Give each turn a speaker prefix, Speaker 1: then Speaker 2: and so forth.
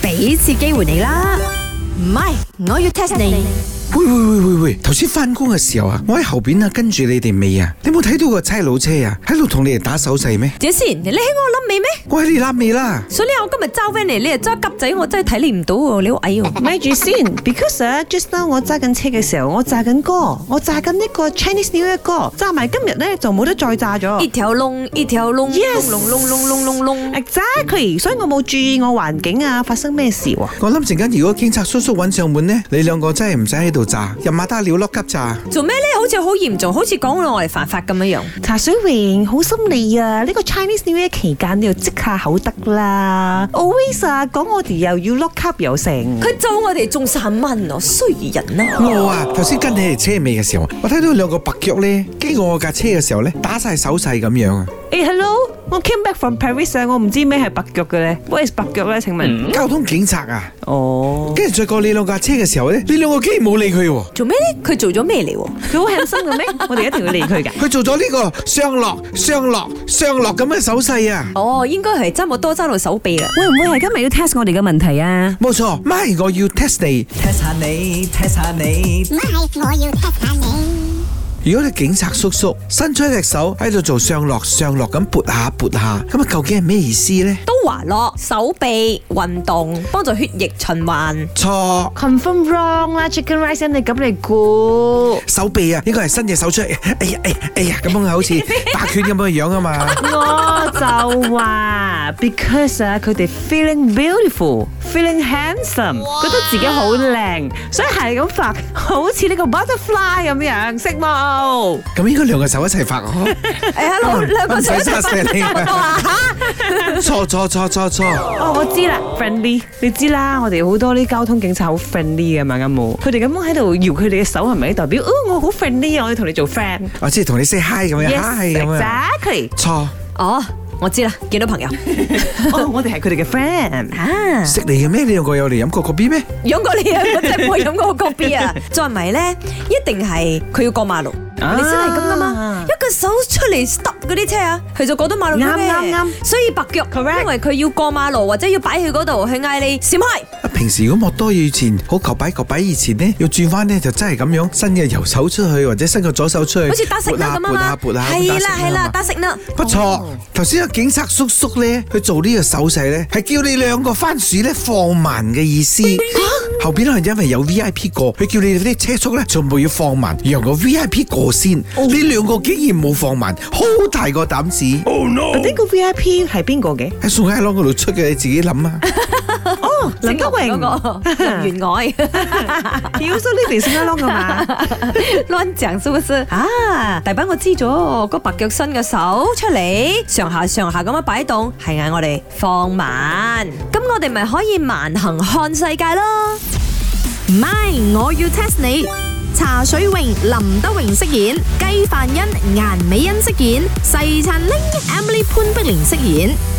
Speaker 1: 俾次機會你啦。唔係，我要 test 你。
Speaker 2: 喂喂喂喂喂！頭先翻工嘅時候啊，我喺後邊啊跟住你哋尾啊，你冇睇到個差佬車啊喺度同你哋打手勢咩？
Speaker 1: 點先？你喺我冧尾咩？
Speaker 2: 我喺你拉尾啦！
Speaker 1: 所以我今日揸 van 嚟，你又揸急仔，我真係睇你唔到喎，你好矮喎。
Speaker 3: 咪住先，because 啊，just now 我揸緊車嘅時候，我炸緊歌，我炸緊呢個 Chinese New Year 歌，炸埋今日咧就冇得再炸
Speaker 1: 一
Speaker 3: 咗。
Speaker 1: 條窿，一條窿，
Speaker 3: Yes
Speaker 1: 窿窿窿窿窿窿窿。
Speaker 3: Exactly，所以我冇注意我環境啊，發生咩事喎、
Speaker 2: 我諗陣間如果警察叔叔揾上門呢，你兩個真係唔使喺度炸，入馬打了碌急炸。
Speaker 1: 做咩咧？好似好嚴重，好似講到我哋犯法咁樣樣。
Speaker 3: 茶水榮好心你啊！呢、個 Chinese New Year 期間你要即下口得啦。Always 啊，講我哋又要 lock up 又成。
Speaker 1: 佢咒我哋中散蚊哦，衰人啊！
Speaker 2: 我啊，頭先跟你哋車尾嘅時候，我睇到兩個白腳呢，經過我架車嘅時候呢，打晒手勢咁樣啊！
Speaker 3: 誒、h e l l o 我 came back from Paris 啊，我唔知咩係白腳嘅咧，what is 白腳咧？請問？
Speaker 2: 交通警察啊，
Speaker 3: 哦，
Speaker 2: 跟住再過你兩架車嘅時候呢，你兩個竟然冇理佢喎，
Speaker 1: 做咩咧？佢做咗咩嚟喎？
Speaker 3: 佢好狠心嘅咩？ 我哋一定要理佢㗎。
Speaker 2: 佢做咗呢個上落上落上落咁嘅手勢啊！
Speaker 1: 哦，應該係揸冇多揸到手臂啦。
Speaker 4: 會唔會係今日要 test 我哋嘅問題啊？
Speaker 2: 冇錯，咪我要 test 你。
Speaker 5: test 下你，test 下你
Speaker 6: 咪，我要 test 下你。
Speaker 2: 如果你警察叔叔伸出一隻手喺度做上落上落咁撥下撥下，咁啊究竟係咩意思呢？
Speaker 1: 都話咯，手臂運動幫助血液循 環。
Speaker 2: 錯，
Speaker 3: confirm wrong 啦，chicken rice 你咁嚟估，
Speaker 2: 手臂啊，應該係伸隻手出嚟，哎呀哎呀哎呀咁樣好 似打拳咁嘅樣啊嘛。
Speaker 3: 我就話 because 啊，佢哋 feeling beautiful，feeling handsome，覺得自己好靚，所以係咁發，好似呢個 butterfly 咁樣，識冇？
Speaker 2: 咁應該兩個手一齊發呵，
Speaker 1: 誒，hello，兩哎 個
Speaker 2: 唔使
Speaker 1: 手一齊
Speaker 2: 殺死 你
Speaker 1: 分到啊嚇！
Speaker 2: 錯錯錯錯錯，
Speaker 3: 哦，我知啦，friendly，你知啦，我哋好多啲交通警察好 friendly 噶嘛，啱冇？佢哋咁樣喺度搖佢哋嘅手，係咪代表哦我好 friendly 啊，我要同你做 friend？
Speaker 2: 我即係同你 say hi 咁樣 hi 咁樣。
Speaker 3: exactly
Speaker 2: 錯，
Speaker 1: 哦，我知啦，見到朋友，
Speaker 3: 哦，我哋係佢哋嘅 friend。
Speaker 1: 啊，
Speaker 2: 識你嘅咩？你兩個有嚟飲過個 B 咩？
Speaker 1: 飲過你啊，我真係冇飲過個 B 啊，再唔係咧，一定係佢要過馬路，
Speaker 3: 啊
Speaker 1: 你真係咁噶嘛，一個手出嚟 stop 嗰啲車啊，佢就過到馬路嘅咩
Speaker 3: 啱啱啱
Speaker 1: 所以白腳
Speaker 3: Correct
Speaker 1: 因為佢要過馬路或者要擺去嗰度，去嗌你閃開，
Speaker 2: 啊，平時如果莫多以前好求擺求擺以前呢，要轉翻呢，就真係咁樣伸嘅右手出去，或者伸個左手出去，
Speaker 1: 好似打食
Speaker 2: 撥
Speaker 1: 啦咁
Speaker 2: 下
Speaker 1: 啊
Speaker 2: 撥下
Speaker 1: 嘛，
Speaker 2: 撥下咁打
Speaker 1: 係啦
Speaker 2: 食
Speaker 1: 係
Speaker 2: 啦
Speaker 1: 啦，
Speaker 2: 嘛
Speaker 1: 打食啦，
Speaker 2: 不錯，頭先個警察叔叔咧，佢做呢個手勢咧，係叫你兩個番薯咧放慢嘅意思。
Speaker 1: 啊
Speaker 2: 後邊咧係因為有 V I P 過，佢叫你哋啲車速咧全部要放慢，讓個 V I P 過先。
Speaker 1: 哦
Speaker 2: 呢兩個竟然冇放慢，好大個膽子！
Speaker 1: 哦
Speaker 2: 哎
Speaker 3: 呢個 VIP 係邊個嘅？
Speaker 2: 喺宋佳朗嗰度出嘅，你自己諗啊！
Speaker 3: 哦，林德
Speaker 1: 嗰
Speaker 3: 榮。
Speaker 1: 個林員外。
Speaker 3: 你 要收呢邊先得 咯，係嘛？
Speaker 1: 亂講是不是？啊，大班我知咗，個白腳伸嘅手出嚟，上下上下咁樣擺動，係嗌我哋放慢，咁我哋咪可以慢行看世界咯。
Speaker 7: 唔係，我要 test 你。茶水榮、林德榮飾演，雞凡欣、顏美欣飾演，細陳玲、Emily 潘碧玲飾演。